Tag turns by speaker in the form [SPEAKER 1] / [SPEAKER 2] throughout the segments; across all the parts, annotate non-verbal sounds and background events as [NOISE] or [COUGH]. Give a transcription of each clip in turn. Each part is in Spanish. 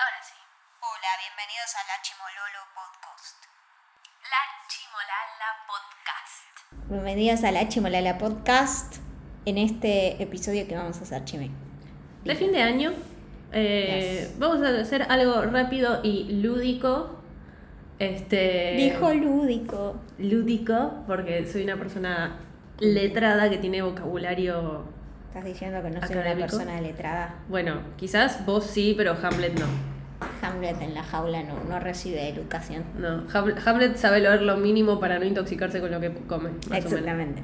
[SPEAKER 1] Ahora sí.
[SPEAKER 2] Hola, bienvenidos a la Chimololo Podcast.
[SPEAKER 1] La Chimolala Podcast.
[SPEAKER 3] Bienvenidos a la Chimolala Podcast en este episodio que vamos a hacer, Chime.
[SPEAKER 4] De fin de año. eh,
[SPEAKER 3] Yes.
[SPEAKER 4] Vamos a hacer algo rápido y lúdico. Este.
[SPEAKER 3] Dijo lúdico.
[SPEAKER 4] Lúdico, porque soy una persona letrada que tiene vocabulario.
[SPEAKER 3] Estás diciendo que no soy una
[SPEAKER 4] Académico.
[SPEAKER 3] persona letrada.
[SPEAKER 4] Bueno, quizás vos sí, pero Hamlet no.
[SPEAKER 3] Hamlet en la jaula no, no recibe educación.
[SPEAKER 4] No, Ham- Hamlet sabe leer lo mínimo para no intoxicarse con lo que come. más o menos.
[SPEAKER 3] Exactamente.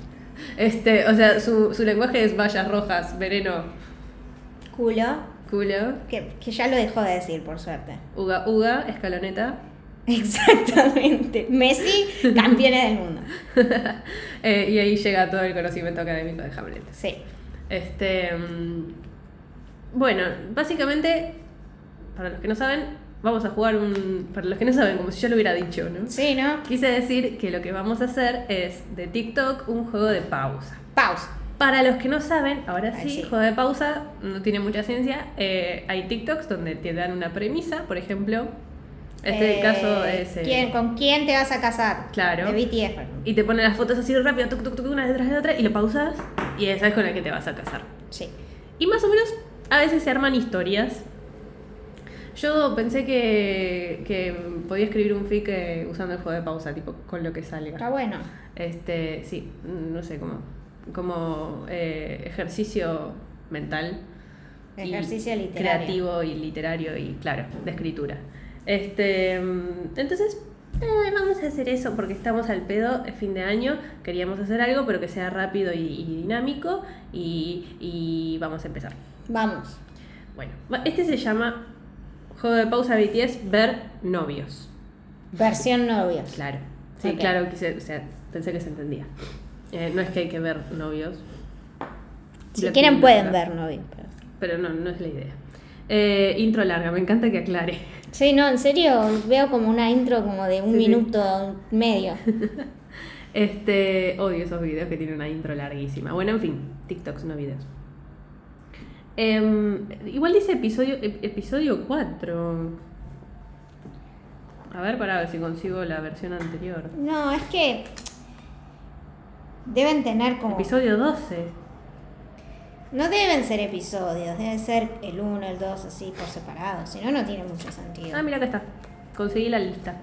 [SPEAKER 4] Este, o sea, su, su lenguaje es vallas rojas, veneno,
[SPEAKER 3] Culo,
[SPEAKER 4] culo,
[SPEAKER 3] que, que ya lo dejó de decir, por suerte. [LAUGHS]
[SPEAKER 4] uga uga, escaloneta.
[SPEAKER 3] Exactamente. Messi, campeones del mundo.
[SPEAKER 4] Eh, y ahí llega todo el conocimiento académico de Hamlet.
[SPEAKER 3] Sí.
[SPEAKER 4] Este. mm, Bueno, básicamente, para los que no saben, vamos a jugar un. Para los que no saben, como si yo lo hubiera dicho, ¿no?
[SPEAKER 3] Sí, ¿no?
[SPEAKER 4] Quise decir que lo que vamos a hacer es de TikTok un juego de pausa.
[SPEAKER 3] Pausa.
[SPEAKER 4] Para los que no saben, ahora
[SPEAKER 3] Ay,
[SPEAKER 4] sí,
[SPEAKER 3] sí.
[SPEAKER 4] juego de pausa, no tiene mucha ciencia. eh, hay TikToks donde te dan una premisa, por ejemplo. Este
[SPEAKER 3] Eh,
[SPEAKER 4] caso es. eh,
[SPEAKER 3] ¿quién- ¿Con quién te vas a casar?
[SPEAKER 4] Claro.
[SPEAKER 3] De BTS, por ejemplo.
[SPEAKER 4] Y te ponen las fotos así rápido, tuc, tuc, tuc, una detrás de otra, y lo pausas, y esa es con la que te vas a casar.
[SPEAKER 3] Sí.
[SPEAKER 4] Y más o menos a veces se arman historias. Yo pensé que, que podía escribir un fic eh, usando el juego de pausa, tipo con lo que
[SPEAKER 3] Está
[SPEAKER 4] salga.
[SPEAKER 3] bueno.
[SPEAKER 4] Este, sí, no sé, como, como eh, ejercicio mental. y
[SPEAKER 3] Ejercicio literario.
[SPEAKER 4] Creativo y literario y, claro, de escritura. Este, mm, entonces, nada, vamos a hacer eso porque estamos al pedo, es fin de año, queríamos hacer algo, pero que sea rápido y, y dinámico y, y vamos a empezar.
[SPEAKER 3] Vamos.
[SPEAKER 4] Bueno, va- este se llama Juego de Pausa BTS, ver novios.
[SPEAKER 3] Versión novios.
[SPEAKER 4] Claro. Sí,
[SPEAKER 3] Ok.
[SPEAKER 4] claro, quise- o sea, pensé que se entendía. Eh, no es que hay que ver novios.
[SPEAKER 3] Si
[SPEAKER 4] Lo
[SPEAKER 3] quieren
[SPEAKER 4] que-
[SPEAKER 3] pueden ver novios. pero-
[SPEAKER 4] Pero no, no es la idea. Eh, intro larga, me encanta que aclare. [LAUGHS]
[SPEAKER 3] Sí, no, en serio, veo como una intro como de un
[SPEAKER 4] Sí, sí.
[SPEAKER 3] minuto y
[SPEAKER 4] [LAUGHS]
[SPEAKER 3] medio.
[SPEAKER 4] Este, odio esos videos que tienen una intro larguísima. Bueno, en fin, TikToks, no videos. Em, igual dice episodio, ep- episodio 4. A ver, para ver si consigo la versión anterior.
[SPEAKER 3] No, es que deben tener como...
[SPEAKER 4] Episodio 12.
[SPEAKER 3] No deben ser episodios, deben ser el uno, el dos, así por separado. Si no, no tiene mucho sentido.
[SPEAKER 4] Ah, mira, acá está. Conseguí la lista.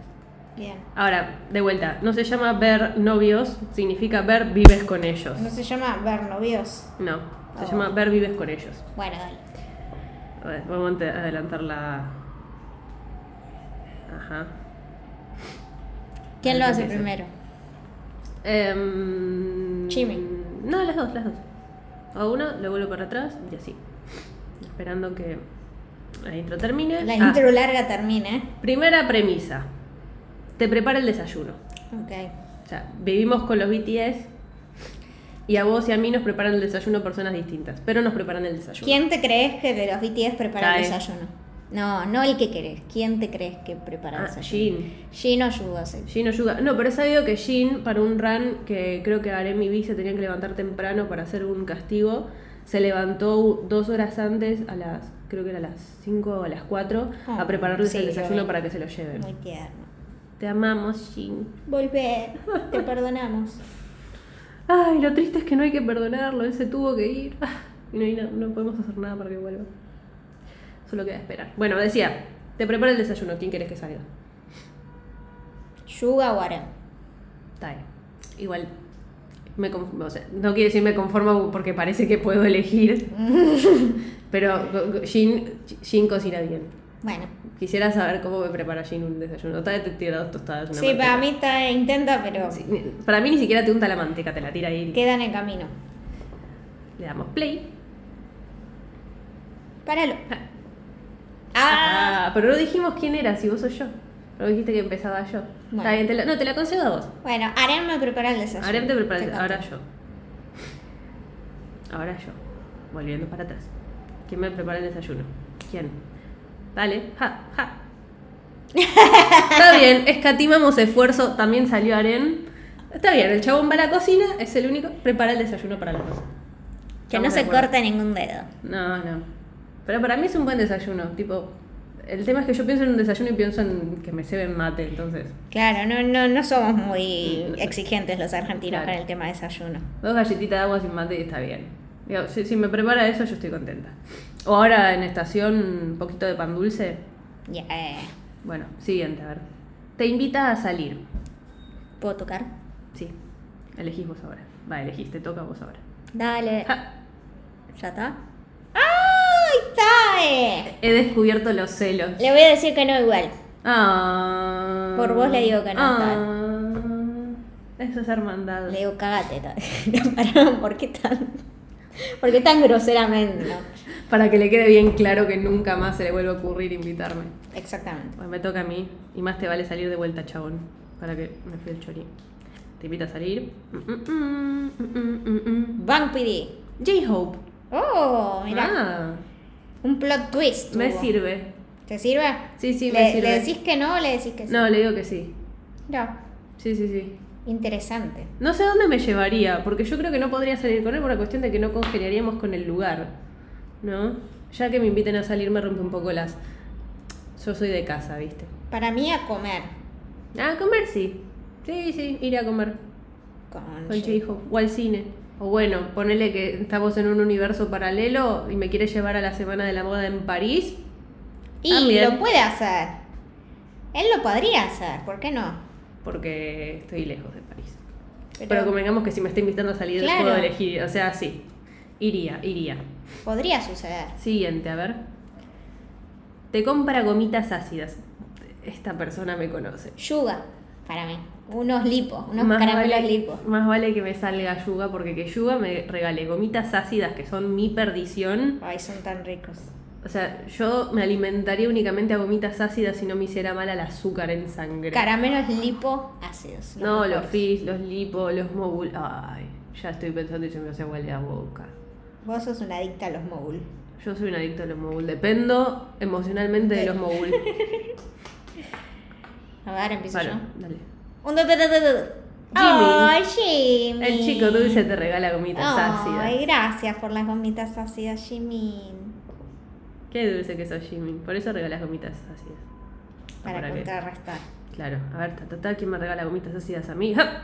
[SPEAKER 3] Bien.
[SPEAKER 4] Ahora, de vuelta, no se llama ver novios, significa ver vives con ellos.
[SPEAKER 3] No se llama ver novios.
[SPEAKER 4] No, se
[SPEAKER 3] Oh.
[SPEAKER 4] llama ver vives con ellos.
[SPEAKER 3] Bueno, dale.
[SPEAKER 4] A ver, vamos a ante- adelantar la. Ajá.
[SPEAKER 3] ¿Quién lo
[SPEAKER 4] Yo
[SPEAKER 3] hace
[SPEAKER 4] empiezo.
[SPEAKER 3] primero?
[SPEAKER 4] Em,
[SPEAKER 3] Jimmy.
[SPEAKER 4] No, las dos, las dos. A uno, lo vuelvo para atrás y así. Esperando que la intro termine.
[SPEAKER 3] La
[SPEAKER 4] Ah,
[SPEAKER 3] intro larga termina. ¿eh?
[SPEAKER 4] Primera premisa. Te prepara el desayuno.
[SPEAKER 3] Ok.
[SPEAKER 4] O sea, vivimos con los BTS y a vos y a mí nos preparan el desayuno personas distintas, pero nos preparan el desayuno.
[SPEAKER 3] ¿Quién te crees que de los BTS prepara el
[SPEAKER 4] Cae.
[SPEAKER 3] desayuno? No, no el que querés. ¿Quién te crees que prepara el
[SPEAKER 4] Ah,
[SPEAKER 3] desayuno?
[SPEAKER 4] Jin.
[SPEAKER 3] Gino ayuda, sí.
[SPEAKER 4] Jin Oyuga. No, pero he sabido que Jin, para un run que creo que Aremi y Vi se tenían que levantar temprano para hacer un castigo, se levantó u- dos horas antes, a las creo que era a las 5 o a las 4,
[SPEAKER 3] Ah,
[SPEAKER 4] a prepararles
[SPEAKER 3] sí,
[SPEAKER 4] el
[SPEAKER 3] lo vi.
[SPEAKER 4] desayuno para que se lo lleven.
[SPEAKER 3] Muy tierno.
[SPEAKER 4] Te amamos, Jin.
[SPEAKER 3] Volver,
[SPEAKER 4] [LAUGHS]
[SPEAKER 3] te perdonamos.
[SPEAKER 4] Ay, lo triste es que no hay que perdonarlo, él se tuvo que ir. Ah, Y no, hay na- no podemos hacer nada para que vuelva. Solo queda esperar. Bueno, decía, te prepara el desayuno, ¿quién querés que salga?
[SPEAKER 3] Yuga o Aram.
[SPEAKER 4] Está bien. Igual, me conf- o sea, no quiere decir me conformo porque parece que
[SPEAKER 3] [LAUGHS]
[SPEAKER 4] puedo elegir. Pero go- go- Jin, Jin cocina bien.
[SPEAKER 3] Bueno,
[SPEAKER 4] Quisiera saber cómo me prepara Jin un desayuno. Tal vez te tira dos tostadas. Una
[SPEAKER 3] sí,
[SPEAKER 4] manteca.
[SPEAKER 3] para mí está, intenta, pero
[SPEAKER 4] Sí, ni- para mí ni siquiera te unta la manteca, te la tira ahí.
[SPEAKER 3] queda en el camino.
[SPEAKER 4] Le damos play.
[SPEAKER 3] Páralo. Ah,
[SPEAKER 4] Ah, pero no dijimos quién era, si vos o yo. No dijiste que empezaba yo.
[SPEAKER 3] Bueno.
[SPEAKER 4] Está bien, te la- no, te la concedo a vos.
[SPEAKER 3] bueno, Aram me prepara el desayuno.
[SPEAKER 4] Ahora te preparas,
[SPEAKER 3] Te
[SPEAKER 4] ahora
[SPEAKER 3] conté.
[SPEAKER 4] yo. Ahora yo. Volviendo para atrás. ¿Quién me prepara el desayuno? ¿Quién? Dale, ja, ja. Está bien, escatimamos esfuerzo, también salió Aren. Está bien, el chabón va a la cocina, es el único, prepara el desayuno para los dos.
[SPEAKER 3] Que no
[SPEAKER 4] Estamos de
[SPEAKER 3] se
[SPEAKER 4] acuerdo.
[SPEAKER 3] corta ningún dedo.
[SPEAKER 4] No, no. Pero para mí es un buen desayuno, tipo, El tema es que yo pienso en un desayuno y pienso en que me ceben mate, entonces.
[SPEAKER 3] Claro, no, no, no somos muy exigentes los argentinos
[SPEAKER 4] Mm. Claro.
[SPEAKER 3] con el tema de desayuno.
[SPEAKER 4] Dos galletitas de agua sin mate y está bien. Digo, si, si me prepara eso, yo estoy contenta. O ahora en estación, un poquito de pan dulce.
[SPEAKER 3] Ya,
[SPEAKER 4] Bueno, siguiente, a ver. Te invita a salir.
[SPEAKER 3] ¿Puedo tocar?
[SPEAKER 4] Sí. Elegís vos ahora. Va, elegís, te toca a vos ahora.
[SPEAKER 3] Dale.
[SPEAKER 4] Ja,
[SPEAKER 3] ¿Ya está? ¡Ay, está! eh!
[SPEAKER 4] he descubierto los celos.
[SPEAKER 3] Le voy a decir que no igual.
[SPEAKER 4] Ah.
[SPEAKER 3] Por vos le digo que no,
[SPEAKER 4] Ah. Eso es hermandad.
[SPEAKER 3] Le digo, cagate. ta- [LAUGHS] No, pará, ¿Por qué tan, por qué tan groseramente? no?
[SPEAKER 4] Para que le quede bien claro que nunca más se le vuelva a ocurrir invitarme.
[SPEAKER 3] Exactamente.
[SPEAKER 4] Bueno, me toca a mí. Y más te vale salir de vuelta, chabón. Para que me fui el chorí. Te invita a salir. Mm, mm, mm, mm, mm, mm.
[SPEAKER 3] Bang PD.
[SPEAKER 4] J-Hope.
[SPEAKER 3] Oh, mira.
[SPEAKER 4] Ah,
[SPEAKER 3] Un plot twist.
[SPEAKER 4] me
[SPEAKER 3] hubo.
[SPEAKER 4] sirve.
[SPEAKER 3] ¿Te sirve?
[SPEAKER 4] Sí, sí,
[SPEAKER 3] ¿Le,
[SPEAKER 4] me sirve.
[SPEAKER 3] ¿Le decís que no o le decís que sí?
[SPEAKER 4] No, le digo que sí.
[SPEAKER 3] Mirá,
[SPEAKER 4] Sí, sí, sí.
[SPEAKER 3] interesante.
[SPEAKER 4] No sé a dónde me llevaría, porque yo creo que no podría salir con él por la cuestión de que no congeniaríamos con el lugar, ¿no? Ya que me inviten a salir me rompe un poco las... Yo soy de casa, ¿viste?
[SPEAKER 3] Para mí a comer
[SPEAKER 4] A Ah, comer sí. Sí, sí, ir a comer
[SPEAKER 3] con,
[SPEAKER 4] con
[SPEAKER 3] J-
[SPEAKER 4] J-Hope o al cine. O bueno, ponele que estamos en un universo paralelo y me quiere llevar a la semana de la moda en París.
[SPEAKER 3] Y
[SPEAKER 4] También.
[SPEAKER 3] lo puede hacer. Él lo podría hacer, ¿por qué no?
[SPEAKER 4] porque estoy lejos de París.
[SPEAKER 3] Pero-
[SPEAKER 4] Pero, convengamos que si me está invitando a salir,
[SPEAKER 3] Claro.
[SPEAKER 4] puedo elegir. O sea, sí. Iría, iría.
[SPEAKER 3] Podría suceder.
[SPEAKER 4] Siguiente, a ver. Te compra gomitas ácidas. Esta persona me conoce.
[SPEAKER 3] Yuga, para mí. Unos lipos, unos
[SPEAKER 4] Más
[SPEAKER 3] caramelos
[SPEAKER 4] vale-
[SPEAKER 3] lipos.
[SPEAKER 4] Más vale que me salga Yuga, porque que Yuga me regale gomitas ácidas, que son mi perdición.
[SPEAKER 3] Ay, son tan ricos.
[SPEAKER 4] O sea, yo me alimentaría únicamente a gomitas ácidas si no me hiciera mal al azúcar en sangre.
[SPEAKER 3] Caramelos lipo ácidos. los
[SPEAKER 4] No, los
[SPEAKER 3] mejores.
[SPEAKER 4] fizz, los lipo, los mogul. Ay, ya estoy pensando y se me hace agua la boca.
[SPEAKER 3] Vos sos una adicta a los mogul.
[SPEAKER 4] Yo soy un adicto a los mogul. Dependo emocionalmente de
[SPEAKER 3] [LAUGHS]
[SPEAKER 4] los mogul.
[SPEAKER 3] A ver, empiezo
[SPEAKER 4] Bueno,
[SPEAKER 3] yo.
[SPEAKER 4] dale.
[SPEAKER 3] Un do, do, do, do, do.
[SPEAKER 4] Jimmy.
[SPEAKER 3] Ay, Jimmy.
[SPEAKER 4] El chico dulce te regala gomitas
[SPEAKER 3] Ay,
[SPEAKER 4] ácidas.
[SPEAKER 3] gracias por las gomitas ácidas, Jimmy.
[SPEAKER 4] Qué dulce que sos, Jimmy. Por eso regalas gomitas ácidas.
[SPEAKER 3] Para,
[SPEAKER 4] que-
[SPEAKER 3] contrarrestar.
[SPEAKER 4] Claro. A ver, ta, ta, ta, ¿quién me regala gomitas ácidas a mí? [LAUGHS] ¡Ja!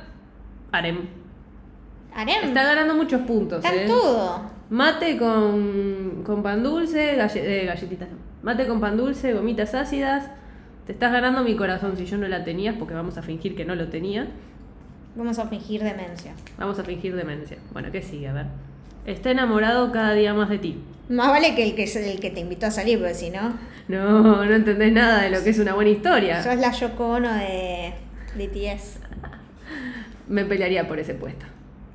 [SPEAKER 4] Harem.
[SPEAKER 3] Harem.
[SPEAKER 4] Está ganando muchos puntos, ¿eh?
[SPEAKER 3] Cantudo.
[SPEAKER 4] Mate con, con pan dulce, galle- eh, galletitas. no. Mate con pan dulce, gomitas ácidas. Te estás ganando mi corazón si yo no la tenías, porque vamos a fingir que no lo tenía.
[SPEAKER 3] Vamos a fingir demencia.
[SPEAKER 4] Vamos a fingir demencia. Bueno, ¿qué sigue? A ver. Está enamorado cada día más de ti.
[SPEAKER 3] Más vale que el que, es el que te invitó a salir, porque si no,
[SPEAKER 4] No, no entendés nada de lo que es una buena historia.
[SPEAKER 3] sos la Yoko Ono de BTS.
[SPEAKER 4] Me pelearía por ese puesto.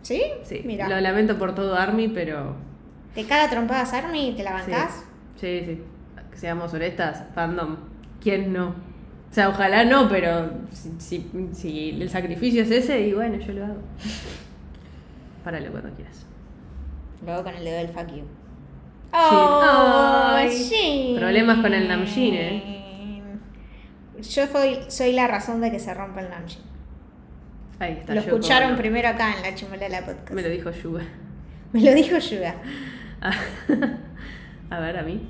[SPEAKER 3] ¿Sí?
[SPEAKER 4] Sí.
[SPEAKER 3] Mira.
[SPEAKER 4] Lo lamento por todo Army, pero.
[SPEAKER 3] ¿Te caga trompadas Army y te la
[SPEAKER 4] sí.
[SPEAKER 3] bancás?
[SPEAKER 4] Sí, sí. Que seamos honestas, fandom. ¿Quién no? O sea, ojalá no, pero si, si- si el sacrificio es ese, y bueno, yo lo hago. Páralo cuando quieras.
[SPEAKER 3] Luego con el dedo del fuck you.
[SPEAKER 4] Ay.
[SPEAKER 3] Jin.
[SPEAKER 4] Problemas con el Namjin, eh.
[SPEAKER 3] Yo soy, soy la razón de que se rompa el Namjin.
[SPEAKER 4] Ahí está.
[SPEAKER 3] Lo
[SPEAKER 4] yo como
[SPEAKER 3] escucharon
[SPEAKER 4] no.
[SPEAKER 3] primero acá en la chimola de la podcast.
[SPEAKER 4] Me lo dijo Yuga.
[SPEAKER 3] Me lo dijo Yuga.
[SPEAKER 4] [LAUGHS] A ver, a mí.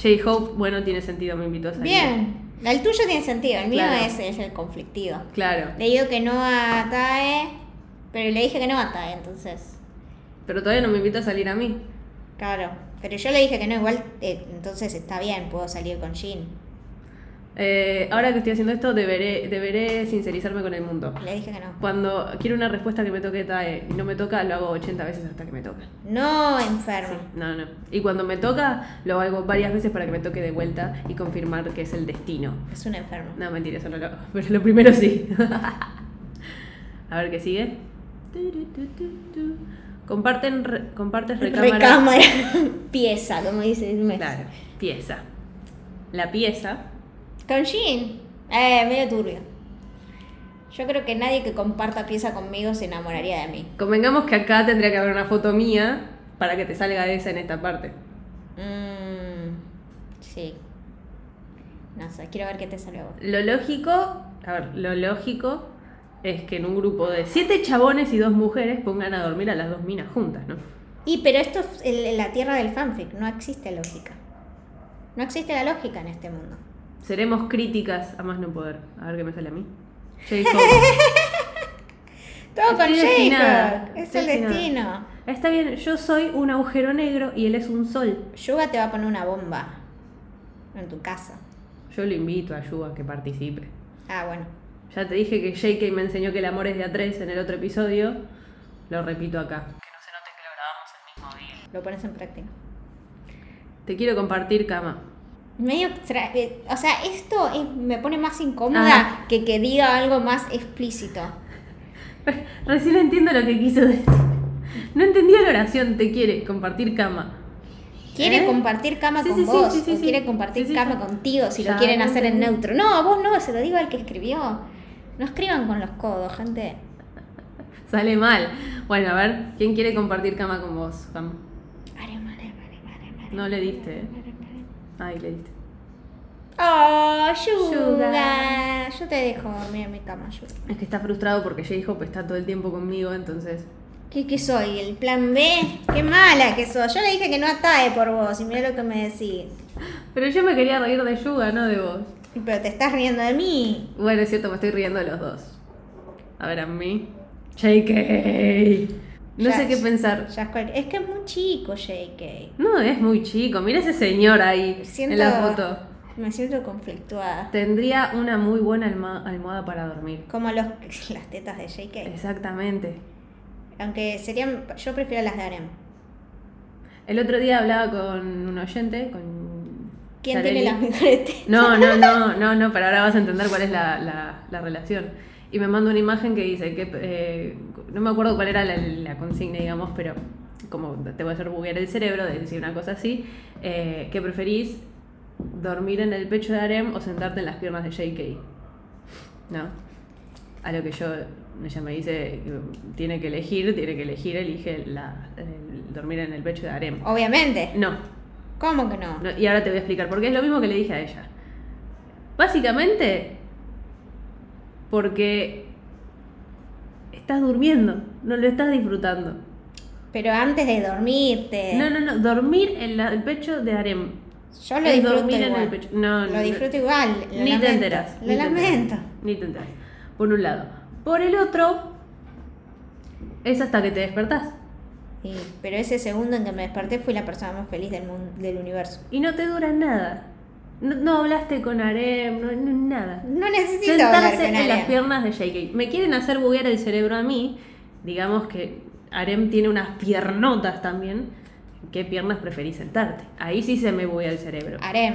[SPEAKER 4] J-Hope, bueno, tiene sentido, me invitó a salir.
[SPEAKER 3] Bien. El tuyo tiene sentido, el mío
[SPEAKER 4] Claro.
[SPEAKER 3] es, es el conflictivo.
[SPEAKER 4] Claro,
[SPEAKER 3] Le digo que no a Tae, pero le dije que no a Tae, entonces.
[SPEAKER 4] pero todavía no me invitó a salir a mí.
[SPEAKER 3] Claro. Pero yo le dije que no, igual, eh, entonces está bien, puedo salir con Jin.
[SPEAKER 4] Eh, ahora que estoy haciendo esto, deberé, deberé sincerizarme con el mundo.
[SPEAKER 3] Le dije que no.
[SPEAKER 4] Cuando quiero una respuesta que me toque TAE y no me toca, lo hago 80 veces hasta que me toca.
[SPEAKER 3] No, enfermo.
[SPEAKER 4] No, no. Y cuando me toca, lo hago varias veces para que me toque de vuelta y confirmar que es el destino.
[SPEAKER 3] Es un enfermo.
[SPEAKER 4] No, mentira, eso no lo hago. Pero lo primero sí. [LAUGHS] A ver qué sigue. Tu, tu, tu, tu, tu. Comparten, re- compartes recámara.
[SPEAKER 3] Recámara. [LAUGHS] Pieza, como dice el mes.
[SPEAKER 4] Claro, pieza. La pieza.
[SPEAKER 3] Con Jin. Eh, medio turbio. Yo creo que nadie que comparta pieza conmigo se enamoraría de mí.
[SPEAKER 4] Convengamos que acá tendría que haber una foto mía para que te salga esa en esta parte.
[SPEAKER 3] Mmm. Sí. No sé, quiero ver qué te salió. a vos.
[SPEAKER 4] Lo lógico, a ver, lo lógico es que en un grupo de siete chabones y dos mujeres pongan a dormir a las dos minas juntas, ¿no?
[SPEAKER 3] Y pero esto es el- la tierra del fanfic, no existe lógica. No existe la lógica en este mundo.
[SPEAKER 4] Seremos críticas a más no poder. A ver qué me sale a mí. Jacob.
[SPEAKER 3] Todo con
[SPEAKER 4] Estoy destinada,
[SPEAKER 3] Jacob, es
[SPEAKER 4] estoy
[SPEAKER 3] el
[SPEAKER 4] destinada.
[SPEAKER 3] destino.
[SPEAKER 4] Está bien, yo soy un agujero negro y él es un sol.
[SPEAKER 3] Yuga te va a poner una bomba en tu casa.
[SPEAKER 4] Yo lo invito a Yuga que participe.
[SPEAKER 3] Ah, bueno.
[SPEAKER 4] Ya te dije que JK me enseñó que el amor es de a tres en el otro episodio. Lo repito acá. Que no se note que lo grabamos el mismo día.
[SPEAKER 3] Lo pones en práctica.
[SPEAKER 4] Te quiero compartir cama.
[SPEAKER 3] Medio tra- eh, o sea, esto es- me pone más incómoda
[SPEAKER 4] Ajá.
[SPEAKER 3] que que diga algo más explícito.
[SPEAKER 4] [LAUGHS] Recién entiendo lo que quiso decir. No entendía la oración, te quiere compartir cama.
[SPEAKER 3] Quiere
[SPEAKER 4] ¿Eh?
[SPEAKER 3] compartir cama
[SPEAKER 4] Sí,
[SPEAKER 3] con
[SPEAKER 4] sí, sí,
[SPEAKER 3] vos
[SPEAKER 4] sí, sí,
[SPEAKER 3] o
[SPEAKER 4] sí.
[SPEAKER 3] quiere compartir
[SPEAKER 4] Sí, sí,
[SPEAKER 3] cama
[SPEAKER 4] ya.
[SPEAKER 3] contigo si
[SPEAKER 4] Ya,
[SPEAKER 3] lo quieren
[SPEAKER 4] ya
[SPEAKER 3] hacer en
[SPEAKER 4] entendí.
[SPEAKER 3] neutro. No, a vos no, se lo digo al que escribió. No escriban con los codos, gente.
[SPEAKER 4] Sale mal. Bueno, a ver, ¿quién quiere compartir cama con vos, Cam?
[SPEAKER 3] Arem, arem, arem, arem, arem,
[SPEAKER 4] No le diste, eh.
[SPEAKER 3] arem, arem.
[SPEAKER 4] Ay, le diste.
[SPEAKER 3] Oh,
[SPEAKER 4] Yuga.
[SPEAKER 3] Yuga. Yo te dejo dormir en mi cama, Yuga.
[SPEAKER 4] Es que está frustrado porque J-Hope está todo el tiempo conmigo, entonces.
[SPEAKER 3] ¿Qué, qué soy? ¿El plan B? Qué mala que soy. Yo le dije que no atae por vos y mirá lo que me decís.
[SPEAKER 4] Pero yo me quería reír de Yuga, no de vos.
[SPEAKER 3] Pero te estás riendo de mí.
[SPEAKER 4] Bueno, es cierto, me estoy riendo de los dos. A ver, a mí. JK. No
[SPEAKER 3] Ya,
[SPEAKER 4] sé qué
[SPEAKER 3] ya.
[SPEAKER 4] pensar.
[SPEAKER 3] Ya es, cual- es que es muy chico, JK.
[SPEAKER 4] No, es muy chico. Mira ese señor ahí
[SPEAKER 3] Siento,
[SPEAKER 4] en la foto.
[SPEAKER 3] Me siento conflictuada.
[SPEAKER 4] Tendría una muy buena alma- almohada para dormir.
[SPEAKER 3] Como los, [LAUGHS] las tetas de JK.
[SPEAKER 4] Exactamente.
[SPEAKER 3] Aunque serían. Yo prefiero las de Arem.
[SPEAKER 4] El otro día hablaba con un oyente, con.
[SPEAKER 3] ¿Quién
[SPEAKER 4] Sareli.
[SPEAKER 3] tiene las mejores tetas?
[SPEAKER 4] No, no, no, no, no, pero ahora vas a entender cuál es la, la- la relación. Y me manda una imagen que dice que. eh, no me acuerdo cuál era la, la consigna, digamos, pero como te voy a hacer buguear el cerebro de decir una cosa así, eh, que preferís dormir en el pecho de Arem o sentarte en las piernas de JK. ¿No? A lo que yo. Ella me dice, eh, tiene que elegir, tiene que elegir, elige la, el dormir en el pecho de Arem.
[SPEAKER 3] Obviamente.
[SPEAKER 4] No,
[SPEAKER 3] ¿Cómo que no?
[SPEAKER 4] no, y ahora te voy a explicar, porque es lo mismo que le dije a ella. Básicamente, porque estás durmiendo, no lo estás disfrutando.
[SPEAKER 3] Pero antes de dormirte.
[SPEAKER 4] No, no, no, dormir en la- el pecho de harem.
[SPEAKER 3] Yo lo
[SPEAKER 4] Es
[SPEAKER 3] disfruto
[SPEAKER 4] dormir en
[SPEAKER 3] igual.
[SPEAKER 4] el pecho. No, no,
[SPEAKER 3] Lo disfruto
[SPEAKER 4] no.
[SPEAKER 3] igual. lo
[SPEAKER 4] ni
[SPEAKER 3] lamento,
[SPEAKER 4] te enteras.
[SPEAKER 3] Lo
[SPEAKER 4] ni te enteras,
[SPEAKER 3] lamento.
[SPEAKER 4] Ni te enteras. Por un lado. Por el otro, es hasta que te despertás.
[SPEAKER 3] Sí, pero ese segundo en que me desperté fui la persona más feliz del, mundo, del universo.
[SPEAKER 4] Y no te dura nada. No, no hablaste con harem, no- no nada.
[SPEAKER 3] No necesito hablar
[SPEAKER 4] Sentarse
[SPEAKER 3] con
[SPEAKER 4] en las
[SPEAKER 3] Arem.
[SPEAKER 4] piernas de JK. Me quieren hacer buguear el cerebro a mí. Digamos que Arem tiene unas piernotas también. ¿Qué piernas preferís sentarte? Ahí sí se me buguea el cerebro.
[SPEAKER 3] Arem.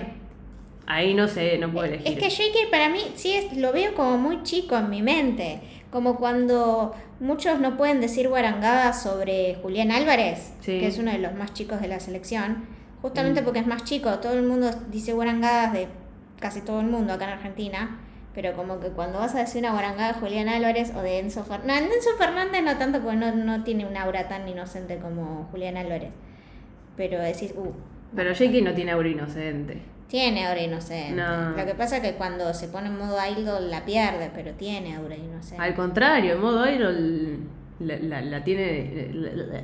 [SPEAKER 4] Ahí no sé, no puedo
[SPEAKER 3] Ah. Eh, Es
[SPEAKER 4] elegir.
[SPEAKER 3] que Shaker para mí sí es, lo veo como muy chico en mi mente. Como cuando muchos no pueden decir guarangadas sobre Julián Álvarez,
[SPEAKER 4] Sí. Mm.
[SPEAKER 3] que es uno de los más chicos de la selección, justamente porque es más chico. Todo el mundo dice guarangadas de casi todo el mundo acá en Argentina. Pero como que cuando vas a decir una guarangada de Julián Álvarez o de Enzo Fernández. No, Enzo Fernández no tanto porque no, no tiene un aura tan inocente como Julián Álvarez. Pero decís, uh,
[SPEAKER 4] Pero JK no tiene aura inocente.
[SPEAKER 3] tiene aura inocente.
[SPEAKER 4] No.
[SPEAKER 3] Lo que pasa es que cuando se pone en modo idol la pierde, pero tiene aura inocente.
[SPEAKER 4] Al contrario, en modo Idol la, la- la tiene. la- la-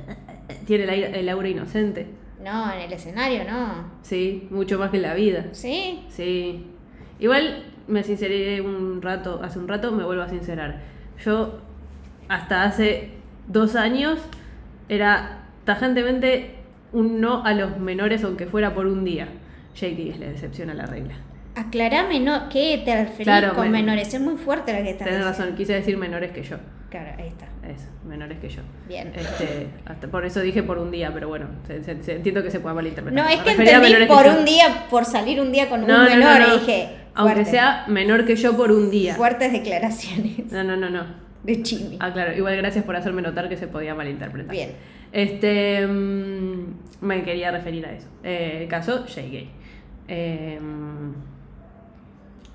[SPEAKER 4] tiene el, aire- el aura inocente.
[SPEAKER 3] No, en el escenario no.
[SPEAKER 4] Sí, mucho más que en la vida.
[SPEAKER 3] ¿Sí?
[SPEAKER 4] Sí. Igual me sinceré un rato, hace un rato me vuelvo a sincerar. Yo hasta hace dos años era tajantemente un no a los menores aunque fuera por un día. Jake es la excepción a la regla.
[SPEAKER 3] Aclarame no, ¿qué te referís
[SPEAKER 4] Claro,
[SPEAKER 3] con
[SPEAKER 4] men-
[SPEAKER 3] menores? Es muy fuerte lo que estás
[SPEAKER 4] Tienes
[SPEAKER 3] diciendo.
[SPEAKER 4] razón, quise decir menores que yo.
[SPEAKER 3] Claro, ahí está.
[SPEAKER 4] Eso, menores que yo.
[SPEAKER 3] Bien.
[SPEAKER 4] Este, hasta por eso dije por un día, pero bueno, se- se- se- entiendo que se pueda malinterpretar.
[SPEAKER 3] No,
[SPEAKER 4] Me
[SPEAKER 3] es que
[SPEAKER 4] refería a
[SPEAKER 3] entendí
[SPEAKER 4] menores que
[SPEAKER 3] por
[SPEAKER 4] yo.
[SPEAKER 3] un día, por salir un día con
[SPEAKER 4] No,
[SPEAKER 3] un
[SPEAKER 4] no, no,
[SPEAKER 3] menor,
[SPEAKER 4] no.
[SPEAKER 3] y dije.
[SPEAKER 4] Aunque
[SPEAKER 3] fuerte.
[SPEAKER 4] sea menor que yo por un día.
[SPEAKER 3] Fuertes declaraciones
[SPEAKER 4] No, no, no, no.
[SPEAKER 3] de Chimi.
[SPEAKER 4] Ah, claro, igual gracias por hacerme notar que se podía malinterpretar.
[SPEAKER 3] Bien.
[SPEAKER 4] Este. mm, me quería referir a eso. Eh, el caso Jay Gay. Eh,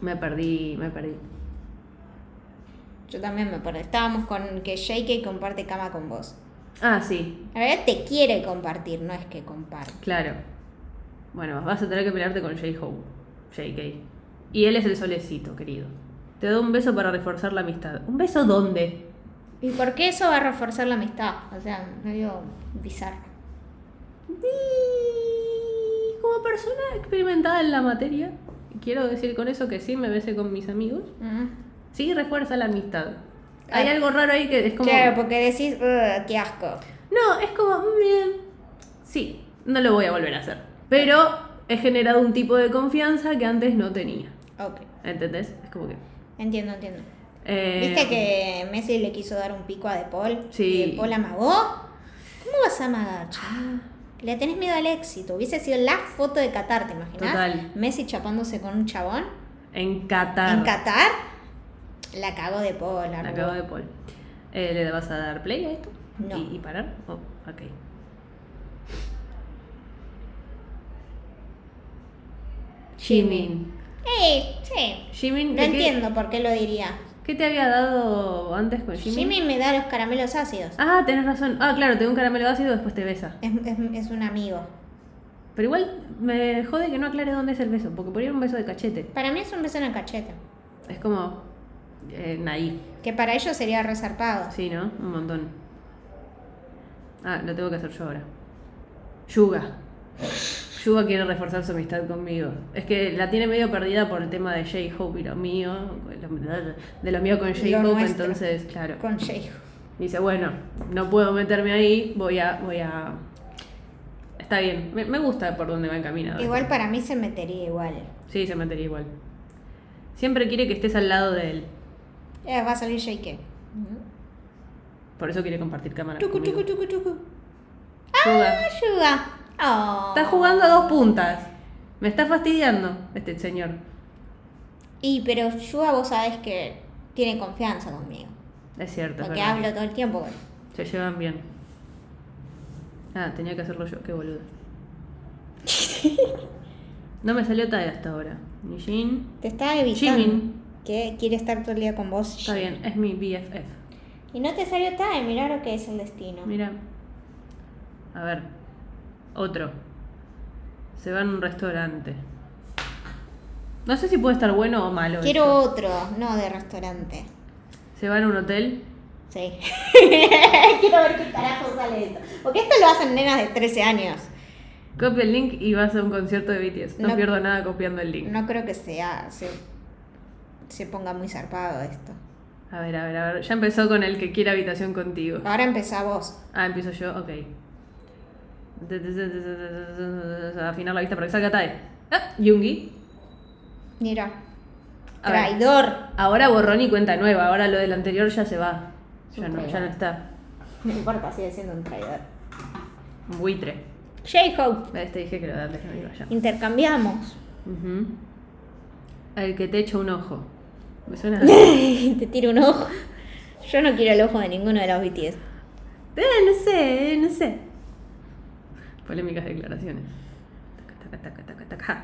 [SPEAKER 4] me perdí, me perdí.
[SPEAKER 3] Yo también me perdí. Estábamos con que JK comparte cama con vos.
[SPEAKER 4] Ah, sí,
[SPEAKER 3] La verdad te quiere compartir, no es que comparte.
[SPEAKER 4] claro. Bueno, vas a tener que pelearte con Jay Hope. JK. Y él es el solecito, querido. Te doy un beso para reforzar la amistad. ¿Un beso dónde?
[SPEAKER 3] ¿Y por qué eso va a reforzar la amistad? O sea, medio bizarro.
[SPEAKER 4] Y como persona experimentada en la materia, quiero decir con eso que sí me besé con mis amigos.
[SPEAKER 3] Mm.
[SPEAKER 4] Sí, refuerza la amistad. Hay algo raro ahí que es como.
[SPEAKER 3] Ah. Claro, porque decís, "Ugh, qué asco.
[SPEAKER 4] No, es como. mm, bien. Sí, no lo voy a volver a hacer. Pero he generado un tipo de confianza que antes no tenía.
[SPEAKER 3] Ok,
[SPEAKER 4] ¿Entendés? Es como que.
[SPEAKER 3] entiendo, entiendo.
[SPEAKER 4] eh,
[SPEAKER 3] ¿Viste que Messi le quiso dar un pico a De Paul?
[SPEAKER 4] Sí.
[SPEAKER 3] ¿Y De Paul amagó? ¿Cómo vas a amagar, chabón? Le tenés miedo al éxito. Hubiese sido la foto de Qatar, ¿te imaginas?
[SPEAKER 4] Total.
[SPEAKER 3] Messi chapándose con un chabón
[SPEAKER 4] En Qatar.
[SPEAKER 3] en Qatar. La cagó De Paul, la
[SPEAKER 4] La
[SPEAKER 3] arrugó.
[SPEAKER 4] acabo de Paul. Eh, ¿Le vas a dar play a esto?
[SPEAKER 3] No.
[SPEAKER 4] ¿Y, y parar? Oh, ok. Jimin.
[SPEAKER 3] Sí, sí.
[SPEAKER 4] Jimin,
[SPEAKER 3] No
[SPEAKER 4] ¿de qué-
[SPEAKER 3] entiendo por qué lo diría.
[SPEAKER 4] ¿Qué te había dado antes con Jimin?
[SPEAKER 3] Jimmy me da los caramelos ácidos.
[SPEAKER 4] Ah, tenés razón. Ah, claro, te da un caramelo ácido después te besa.
[SPEAKER 3] Es, es- es un amigo.
[SPEAKER 4] Pero igual me jode que no aclare dónde es el beso, porque podría un beso de cachete.
[SPEAKER 3] Para mí es un beso en el cachete.
[SPEAKER 4] Es como eh, naif,
[SPEAKER 3] Que para ellos sería resarpado.
[SPEAKER 4] sí, ¿no? Un montón. Ah, lo tengo que hacer yo ahora. Yuga. Yuga quiere reforzar su amistad conmigo. Es que la tiene medio perdida por el tema de J-Hope y lo mío, lo- de lo mío con J-Hope,
[SPEAKER 3] nuestro.
[SPEAKER 4] entonces, claro.
[SPEAKER 3] Con Jay.
[SPEAKER 4] Dice, bueno, no puedo meterme ahí, voy a... Voy a... Está bien, me, me gusta por dónde va encaminado.
[SPEAKER 3] Igual para mí se metería igual.
[SPEAKER 4] Sí, se metería igual. Siempre quiere que estés al lado de él.
[SPEAKER 3] Eh, va a salir Jake.
[SPEAKER 4] Por eso quiere compartir cámara.
[SPEAKER 3] Tucu,
[SPEAKER 4] conmigo.
[SPEAKER 3] tucu, tucu, tucu.
[SPEAKER 4] Yuga.
[SPEAKER 3] Ayuda. Oh.
[SPEAKER 4] Está jugando a dos puntas. Me está fastidiando este señor.
[SPEAKER 3] Y pero Yuga vos sabés que tiene confianza conmigo.
[SPEAKER 4] Es cierto. es
[SPEAKER 3] Porque
[SPEAKER 4] verdad.
[SPEAKER 3] hablo todo el tiempo con él.
[SPEAKER 4] Se llevan bien. Ah, tenía que hacerlo yo,
[SPEAKER 3] [LAUGHS]
[SPEAKER 4] qué boludo. No me salió tal hasta ahora. Ni Jin.
[SPEAKER 3] Te está evitando.
[SPEAKER 4] Jimin.
[SPEAKER 3] Que quiere estar todo el día con vos.
[SPEAKER 4] Está bien, es mi BFF.
[SPEAKER 3] Y no te salió Tae, mirá lo que es el destino.
[SPEAKER 4] Mira. A ver. Otro. Se va a un restaurante. No sé si puede estar bueno o malo.
[SPEAKER 3] Quiero
[SPEAKER 4] esto.
[SPEAKER 3] otro, no de restaurante.
[SPEAKER 4] Se va a un hotel.
[SPEAKER 3] Sí. [LAUGHS] Quiero ver qué carajo sale de esto. Porque esto lo hacen nenas de 13 años.
[SPEAKER 4] Copia el link y vas a un concierto de BTS. No,
[SPEAKER 3] No.
[SPEAKER 4] pierdo nada copiando el link.
[SPEAKER 3] No creo que sea. Se, se ponga muy zarpado esto.
[SPEAKER 4] A ver, a ver, a ver. Ya empezó con el que quiere habitación contigo.
[SPEAKER 3] Ahora empezá vos.
[SPEAKER 4] Ah, empiezo yo, ok. Afinar la vista para que salga Tae. Ah, Yungi.
[SPEAKER 3] Mira.
[SPEAKER 4] A ver.
[SPEAKER 3] Traidor.
[SPEAKER 4] Ahora borrón y cuenta nueva. Ahora lo del anterior ya se va. Ya no, ya no está.
[SPEAKER 3] No importa, sigue siendo un traidor.
[SPEAKER 4] Un buitre.
[SPEAKER 3] J-Hope.
[SPEAKER 4] Ves, Te este dije que lo de antes no iba ya.
[SPEAKER 3] Intercambiamos. [LAUGHS]
[SPEAKER 4] Ujú. El que te echa un ojo. Me suena.
[SPEAKER 3] Te tiro un ojo. Yo no quiero el ojo de ninguno de los BTS.
[SPEAKER 4] Eh, no sé, eh, no sé. Polémicas declaraciones. Taca, taca, taca, taca, taca. Ja.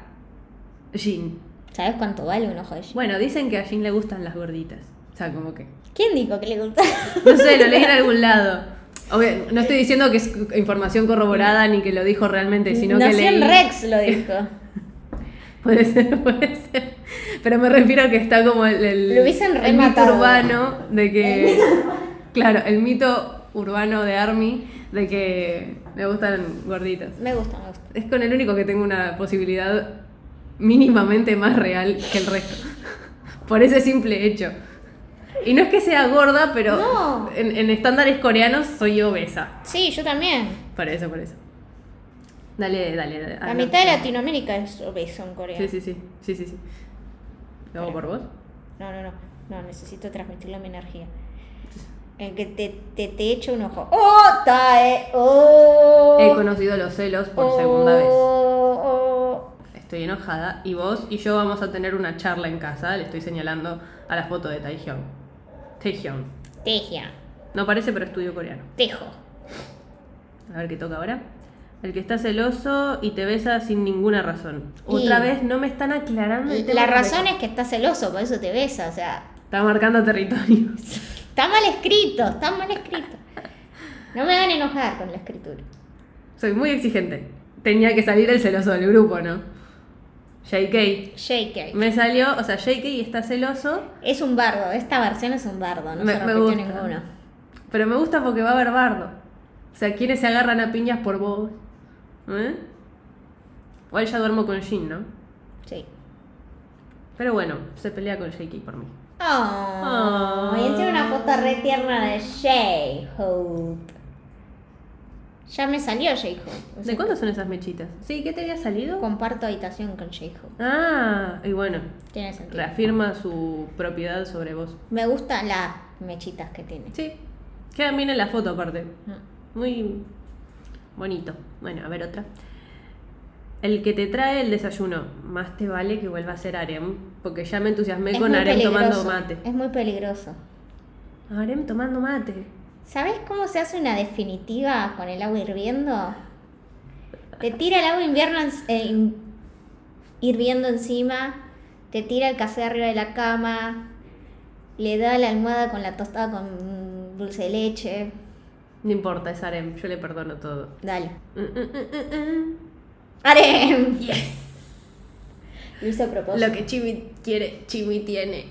[SPEAKER 4] Jin.
[SPEAKER 3] ¿Sabes cuánto vale un ojo de Jin?
[SPEAKER 4] Bueno, dicen que a Jin le gustan las gorditas. O sea, como que.
[SPEAKER 3] ¿Quién dijo que le gustaba?
[SPEAKER 4] No sé, lo leí en algún lado. Obvio, no estoy diciendo que es información corroborada ni que lo dijo realmente, sino que leí.
[SPEAKER 3] Nación Rex lo dijo.
[SPEAKER 4] Puede ser, [LAUGHS] puede ser. Pero me refiero a que está como el, el,
[SPEAKER 3] Lo hubiesen
[SPEAKER 4] el mito
[SPEAKER 3] rematado.
[SPEAKER 4] urbano de que. Claro, el mito urbano de Army de que me gustan gorditas.
[SPEAKER 3] Me gusta, me gusta.
[SPEAKER 4] Es con el único que tengo una posibilidad mínimamente más real que el resto. [LAUGHS] Por ese simple hecho. Y no es que sea gorda, pero
[SPEAKER 3] No.
[SPEAKER 4] en, en estándares coreanos soy obesa.
[SPEAKER 3] Sí, yo también.
[SPEAKER 4] Por eso, por eso. Dale, dale, dale.
[SPEAKER 3] La
[SPEAKER 4] Ah, no,
[SPEAKER 3] mitad de
[SPEAKER 4] no.
[SPEAKER 3] Latinoamérica es obeso en Corea.
[SPEAKER 4] Sí, sí, sí. Sí, sí, sí. ¿Lo hago por vos?
[SPEAKER 3] No, no, no. No, necesito transmitirle mi energía. El que te, te, te echa un ojo. ¡Oh, Tae! ¡Oh!
[SPEAKER 4] He conocido los celos por
[SPEAKER 3] oh,
[SPEAKER 4] segunda vez.
[SPEAKER 3] oh.
[SPEAKER 4] Estoy enojada y vos y yo vamos a tener una charla en casa. Le estoy señalando a la foto de Taehyung. Taehyung.
[SPEAKER 3] Tejia.
[SPEAKER 4] No parece, pero estudio coreano.
[SPEAKER 3] Tejo.
[SPEAKER 4] A ver qué toca ahora. El que está celoso y te besa sin ninguna razón. Otra
[SPEAKER 3] Y-
[SPEAKER 4] vez no me están aclarando. el tema
[SPEAKER 3] La
[SPEAKER 4] del
[SPEAKER 3] razón
[SPEAKER 4] beso.
[SPEAKER 3] es que estás celoso, por eso te besa. O sea,
[SPEAKER 4] Está marcando territorio. [LAUGHS]
[SPEAKER 3] está mal escrito, está mal escrito. No me van a enojar con la escritura.
[SPEAKER 4] Soy muy exigente. Tenía que salir el celoso del grupo, ¿no? JK.
[SPEAKER 3] JK.
[SPEAKER 4] Me salió, o sea, JK está celoso,
[SPEAKER 3] Es un bardo, esta versión es un bardo, no
[SPEAKER 4] Me-
[SPEAKER 3] se
[SPEAKER 4] me
[SPEAKER 3] repitió
[SPEAKER 4] gusta.
[SPEAKER 3] ninguno.
[SPEAKER 4] pero me gusta porque va a haber bardo. O sea, quienes se agarran a piñas por vos. ¿Eh? Igual ya duermo con Jin, ¿no?
[SPEAKER 3] Sí.
[SPEAKER 4] Pero bueno, se pelea con Jakey por mí.
[SPEAKER 3] Oh,
[SPEAKER 4] Oh.
[SPEAKER 3] Y encima una foto re tierna de J-Hope. Ya me salió J-Hope. O sea,
[SPEAKER 4] ¿De cuánto son esas mechitas? Sí, ¿qué te había salido?
[SPEAKER 3] Comparto habitación con J-Hope.
[SPEAKER 4] Ah, y bueno,
[SPEAKER 3] Tiene sentido.
[SPEAKER 4] reafirma su propiedad sobre vos.
[SPEAKER 3] Me gustan las mechitas que tiene.
[SPEAKER 4] Sí, queda bien en la foto aparte.
[SPEAKER 3] Mm.
[SPEAKER 4] Muy bonito. Bueno, a ver otra. El que te trae el desayuno, más te vale que vuelva a ser harem, porque ya me entusiasmé
[SPEAKER 3] Es
[SPEAKER 4] con
[SPEAKER 3] muy
[SPEAKER 4] harem tomando
[SPEAKER 3] peligroso,
[SPEAKER 4] mate.
[SPEAKER 3] Es muy peligroso.
[SPEAKER 4] Harem tomando mate.
[SPEAKER 3] ¿Sabes cómo se hace una definitiva con el agua hirviendo? Te tira el agua invierno en- eh, in- hirviendo encima, te tira el café arriba de la cama, le da la almohada con la tostada con dulce de leche.
[SPEAKER 4] No importa, es harem, yo le perdono todo.
[SPEAKER 3] Dale.
[SPEAKER 4] Mm, mm, mm, mm, mm.
[SPEAKER 3] ¡Arem! Lo hice a propósito.
[SPEAKER 4] Lo que Chimi quiere, Chimi tiene.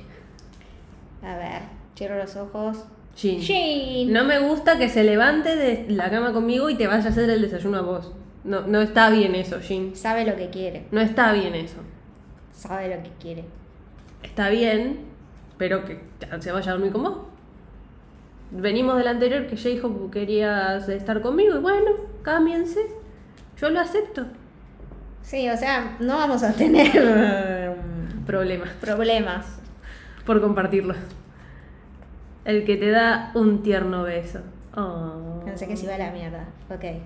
[SPEAKER 3] A ver, cierro los ojos.
[SPEAKER 4] Jin.
[SPEAKER 3] ¡Shin!
[SPEAKER 4] No me gusta que se levante de la cama conmigo y te vaya a hacer el desayuno a vos. No, no está bien eso, Jin.
[SPEAKER 3] Sabe lo que quiere,
[SPEAKER 4] No está bien eso.
[SPEAKER 3] sabe lo que quiere.
[SPEAKER 4] Está bien, pero que se vaya a dormir con vos. Venimos del anterior que J-Hope quería estar conmigo y bueno, cámbiense. Yo lo acepto.
[SPEAKER 3] Sí, o sea, no vamos a tener [LAUGHS]
[SPEAKER 4] Problemas.
[SPEAKER 3] problemas.
[SPEAKER 4] por compartirlo. El que te da un tierno beso. Oh.
[SPEAKER 3] Pensé que se iba a la mierda. Ok, a
[SPEAKER 4] El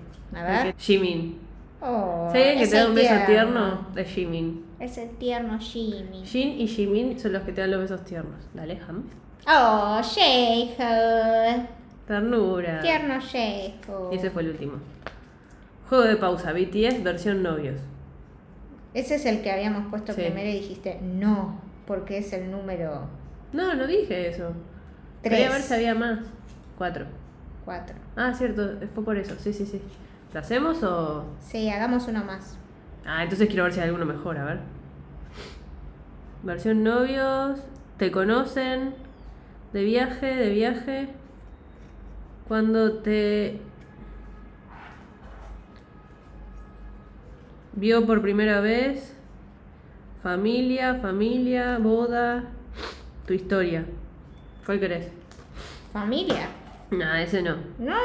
[SPEAKER 3] ver.
[SPEAKER 4] que- Jimin.
[SPEAKER 3] Oh,
[SPEAKER 4] ¿Sí? El que
[SPEAKER 3] es
[SPEAKER 4] te da
[SPEAKER 3] el
[SPEAKER 4] un beso tierno de Jimin.
[SPEAKER 3] Es el tierno Jimmy.
[SPEAKER 4] Jin y Jimin son los que te dan los besos tiernos. Dale, Ham.
[SPEAKER 3] Oh, Jeho.
[SPEAKER 4] Ternura.
[SPEAKER 3] Tierno Jeho.
[SPEAKER 4] Y ese fue el último. Juego de pausa, BTS versión novios.
[SPEAKER 3] Ese es el que habíamos puesto
[SPEAKER 4] Sí.
[SPEAKER 3] primero y dijiste no, porque es el número
[SPEAKER 4] No, no dije eso. Quería ver si
[SPEAKER 3] Tres.
[SPEAKER 4] había más. Cuatro.
[SPEAKER 3] 4.
[SPEAKER 4] Ah, cierto, fue por eso. Sí, sí, sí. ¿Lo hacemos o.?
[SPEAKER 3] Sí, hagamos uno más.
[SPEAKER 4] Ah, entonces quiero ver si hay alguno mejor, a ver. Versión novios, te conocen, de viaje, de viaje. Cuando te vio por primera vez, familia, familia, boda, tu historia. ¿Cuál querés?
[SPEAKER 3] Familia.
[SPEAKER 4] No, ese no.
[SPEAKER 3] No,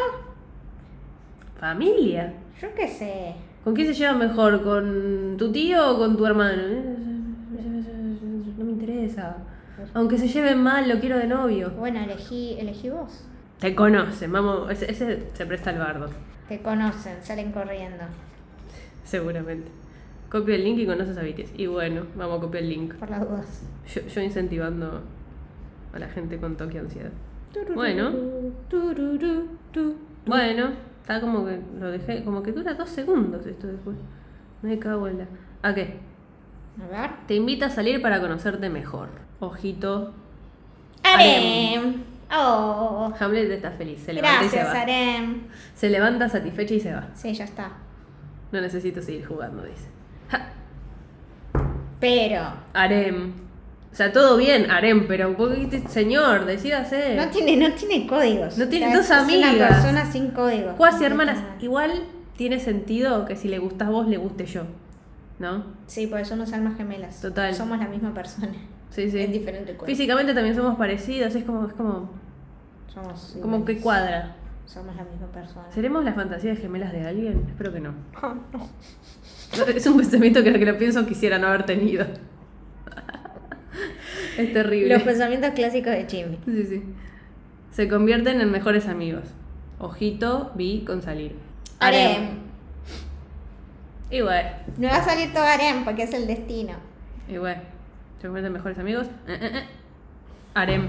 [SPEAKER 4] ¿Familia?
[SPEAKER 3] yo qué sé.
[SPEAKER 4] ¿Con quién se lleva mejor? ¿Con tu tío o con tu hermano? Eh, No me interesa. Aunque se lleven mal, lo quiero de novio.
[SPEAKER 3] Bueno, elegí, elegí vos.
[SPEAKER 4] Te conocen, vamos. Ese, ese se presta al bardo,
[SPEAKER 3] Te conocen, salen corriendo.
[SPEAKER 4] seguramente. Copio el link y conoces a BTS. Y bueno, vamos a copiar el link.
[SPEAKER 3] Por las dudas.
[SPEAKER 4] Yo, yo incentivando a la gente con toque de ansiedad. Bueno. Tururú, tu. Bueno, está como que lo dejé. Como que dura dos segundos esto después. Me cago en la. ¿A qué?
[SPEAKER 3] A ver.
[SPEAKER 4] Te invita a salir para conocerte mejor. Ojito.
[SPEAKER 3] Arem. Oh.
[SPEAKER 4] Hamlet está feliz. Se levanta y
[SPEAKER 3] Gracias,
[SPEAKER 4] se va.
[SPEAKER 3] Arem.
[SPEAKER 4] Se levanta satisfecha y se va.
[SPEAKER 3] Sí, ya está.
[SPEAKER 4] No necesito seguir jugando, dice. Ja,
[SPEAKER 3] Pero
[SPEAKER 4] harem. O sea, todo bien, harem, pero un poquito, señor, decídase.
[SPEAKER 3] no tiene, no tiene códigos.
[SPEAKER 4] No tiene
[SPEAKER 3] O sea,
[SPEAKER 4] dos
[SPEAKER 3] es Una
[SPEAKER 4] amigas.
[SPEAKER 3] persona sin códigos.
[SPEAKER 4] Cuasi hermanas. Igual tiene sentido que si le gustas vos, le guste yo. ¿No?
[SPEAKER 3] Sí, porque somos almas gemelas.
[SPEAKER 4] Total.
[SPEAKER 3] Somos la misma persona.
[SPEAKER 4] Sí, sí.
[SPEAKER 3] En diferente cuerpo.
[SPEAKER 4] Físicamente también somos parecidos, es como, es como,
[SPEAKER 3] Somos
[SPEAKER 4] como que
[SPEAKER 3] iguales.
[SPEAKER 4] cuadra.
[SPEAKER 3] Somos la misma persona.
[SPEAKER 4] ¿Seremos las fantasías gemelas de alguien? Espero que
[SPEAKER 3] [LAUGHS]
[SPEAKER 4] no.
[SPEAKER 3] Oh,
[SPEAKER 4] Es un pensamiento que lo que lo pienso quisiera no haber tenido. [LAUGHS] Es terrible.
[SPEAKER 3] Los pensamientos clásicos de Jimmy.
[SPEAKER 4] Sí, sí. Se convierten en mejores amigos. Ojito, vi con salir.
[SPEAKER 3] Arem.
[SPEAKER 4] Igual.
[SPEAKER 3] No va a salir todo Arem porque es el destino.
[SPEAKER 4] Igual. Se convierten en mejores amigos. Eh, eh, eh. Harem.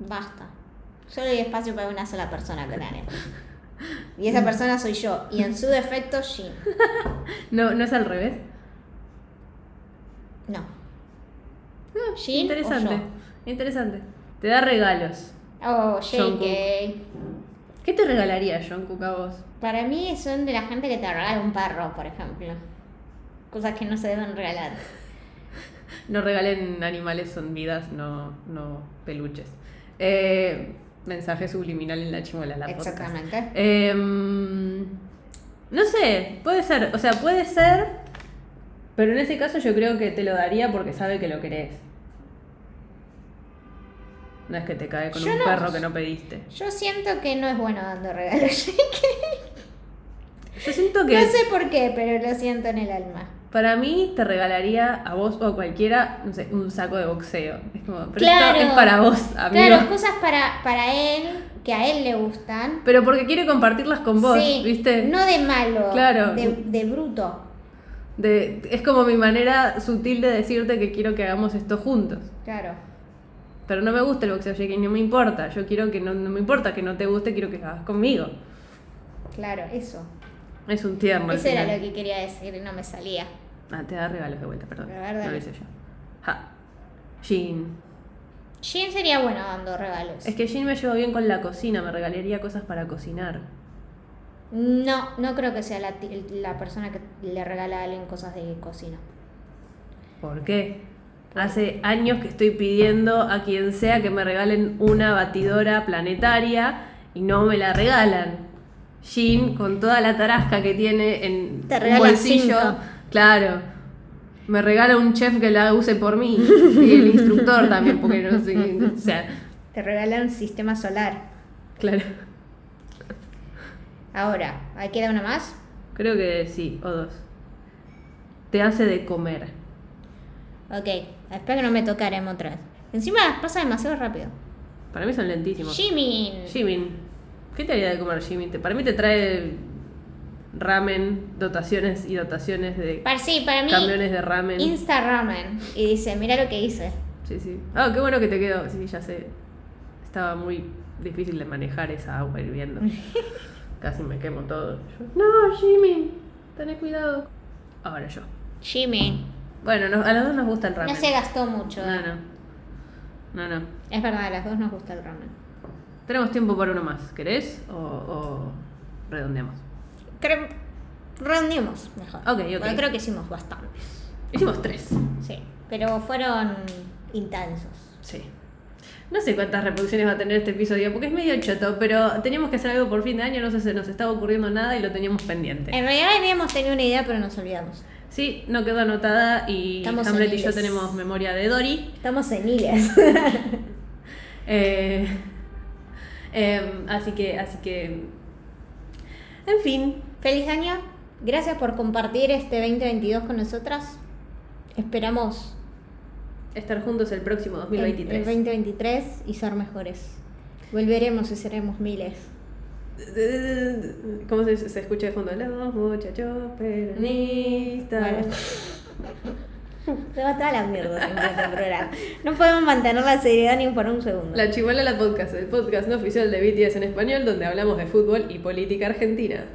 [SPEAKER 3] Basta. Solo hay espacio para una sola persona con Arem. Y
[SPEAKER 4] [LAUGHS]
[SPEAKER 3] esa persona soy yo. Y en su defecto, Jim.
[SPEAKER 4] No, no es al revés.
[SPEAKER 3] No. Jin
[SPEAKER 4] Ah, Interesante. Interesante. Te da regalos.
[SPEAKER 3] O yo. Oh, JK.
[SPEAKER 4] Jungkook. ¿Qué te regalaría John Cook a vos?
[SPEAKER 3] Para mí son de la gente que te regala un perro, por ejemplo. Cosas que no se deben regalar.
[SPEAKER 4] No regalen animales, son vidas, no, no peluches. Eh, mensaje subliminal en la chimola, la podcast.
[SPEAKER 3] Exactamente.
[SPEAKER 4] Em, No sé, puede ser. O sea, puede ser. Pero en ese caso yo creo que te lo daría porque sabe que lo querés. No es que te cae con
[SPEAKER 3] Yo
[SPEAKER 4] un
[SPEAKER 3] no-
[SPEAKER 4] perro que no pediste.
[SPEAKER 3] Yo siento que no es bueno dando regalos.
[SPEAKER 4] [LAUGHS]
[SPEAKER 3] [LAUGHS]
[SPEAKER 4] Yo siento que
[SPEAKER 3] no sé por qué, pero lo siento en el alma.
[SPEAKER 4] para mí te regalaría a vos o a cualquiera, no sé, un saco de boxeo. Es como, pero
[SPEAKER 3] Claro.
[SPEAKER 4] esto es para vos, amigo.
[SPEAKER 3] Claro, cosas para, para él, que a él le gustan.
[SPEAKER 4] Pero porque quiere compartirlas con vos,
[SPEAKER 3] Sí,
[SPEAKER 4] ¿viste?
[SPEAKER 3] No de malo,
[SPEAKER 4] Claro.
[SPEAKER 3] de, de bruto.
[SPEAKER 4] De- es como mi manera sutil de decirte que quiero que hagamos esto juntos.
[SPEAKER 3] Claro.
[SPEAKER 4] Pero no me gusta el boxeo, que no me importa. Yo quiero que no, no me importa que no te guste, quiero que lo hagas conmigo.
[SPEAKER 3] Claro, eso.
[SPEAKER 4] Es un tierno. al
[SPEAKER 3] Eso era
[SPEAKER 4] final.
[SPEAKER 3] lo que quería decir y no me salía.
[SPEAKER 4] Ah, te da regalos de vuelta, perdón.
[SPEAKER 3] A ver, dale.
[SPEAKER 4] No lo hice yo. Ja. Jean.
[SPEAKER 3] Jin sería bueno dando regalos.
[SPEAKER 4] Es que Jean me llevo bien con la cocina, me regalaría cosas para cocinar.
[SPEAKER 3] No, no creo que sea la, ti- la persona que le regala a alguien cosas de cocina.
[SPEAKER 4] ¿Por qué? Hace años que estoy pidiendo a quien sea que me regalen una batidora planetaria y no me la regalan. Jean, con toda la tarasca que tiene en
[SPEAKER 3] Te
[SPEAKER 4] un
[SPEAKER 3] regala
[SPEAKER 4] bolsillo,
[SPEAKER 3] cinco.
[SPEAKER 4] claro, me regala un chef que la use por mí y el instructor también, porque no sé, o sea,
[SPEAKER 3] Te regala un sistema solar.
[SPEAKER 4] claro.
[SPEAKER 3] Ahora, ¿ahí queda una más?
[SPEAKER 4] Creo que sí, o dos. Te hace de comer.
[SPEAKER 3] Ok, espero que no me tocaremos otra vez. Encima pasa demasiado rápido.
[SPEAKER 4] Para mí son lentísimos.
[SPEAKER 3] Jimin.
[SPEAKER 4] Jimin. ¿Qué te haría de comer Jimin? Te- Para mí te trae ramen, dotaciones y dotaciones de
[SPEAKER 3] Para, sí, para mí,
[SPEAKER 4] camiones de ramen.
[SPEAKER 3] Insta Ramen. Y dice, mira lo que hice.
[SPEAKER 4] Sí, sí. Ah, qué bueno que te quedó. Sí, ya sé. Estaba muy difícil de manejar esa
[SPEAKER 3] [LAUGHS]
[SPEAKER 4] agua hirviendo. Casi me quemo todo. Yo, no, Jimin, tené cuidado. Ahora yo.
[SPEAKER 3] Jimin.
[SPEAKER 4] Bueno, nos- a los dos nos gusta el ramen.
[SPEAKER 3] No se gastó mucho.
[SPEAKER 4] no, no. No, no.
[SPEAKER 3] Es verdad, a las dos nos gusta el ramen.
[SPEAKER 4] Tenemos tiempo para uno más. ¿Querés? O, o redondeamos.
[SPEAKER 3] Creo... Reunimos mejor.
[SPEAKER 4] Ok, ok.
[SPEAKER 3] Porque creo que hicimos bastante.
[SPEAKER 4] Hicimos tres.
[SPEAKER 3] Sí. Pero fueron intensos.
[SPEAKER 4] Sí. No sé cuántas reproducciones va a tener este episodio, porque es medio choto, pero teníamos que hacer algo por fin de año, no sé, se nos estaba ocurriendo nada y lo teníamos pendiente.
[SPEAKER 3] En realidad habíamos tenido una idea, pero nos olvidamos.
[SPEAKER 4] Sí, no quedó anotada y
[SPEAKER 3] Estamos
[SPEAKER 4] Hamlet y yo
[SPEAKER 3] seniles.
[SPEAKER 4] tenemos memoria de Dory.
[SPEAKER 3] Estamos en Ilias.
[SPEAKER 4] Eh, em, así que, así que... En fin,
[SPEAKER 3] [LAUGHS] Feliz año. Gracias por compartir este 2022 con nosotras. Esperamos
[SPEAKER 4] estar juntos el próximo
[SPEAKER 3] el-
[SPEAKER 4] 2023.
[SPEAKER 3] el 2023 y ser mejores. Volveremos y seremos miles.
[SPEAKER 4] ¿Cómo se, se escucha de fondo? Los muchachos
[SPEAKER 3] Bueno.
[SPEAKER 4] peronistas.
[SPEAKER 3] [LAUGHS] Se va toda la mierda siempre este programa. No podemos mantener la seriedad ni por un segundo.
[SPEAKER 4] La Chibola la Podcast, el podcast no oficial de BTS en español donde hablamos de fútbol y política argentina.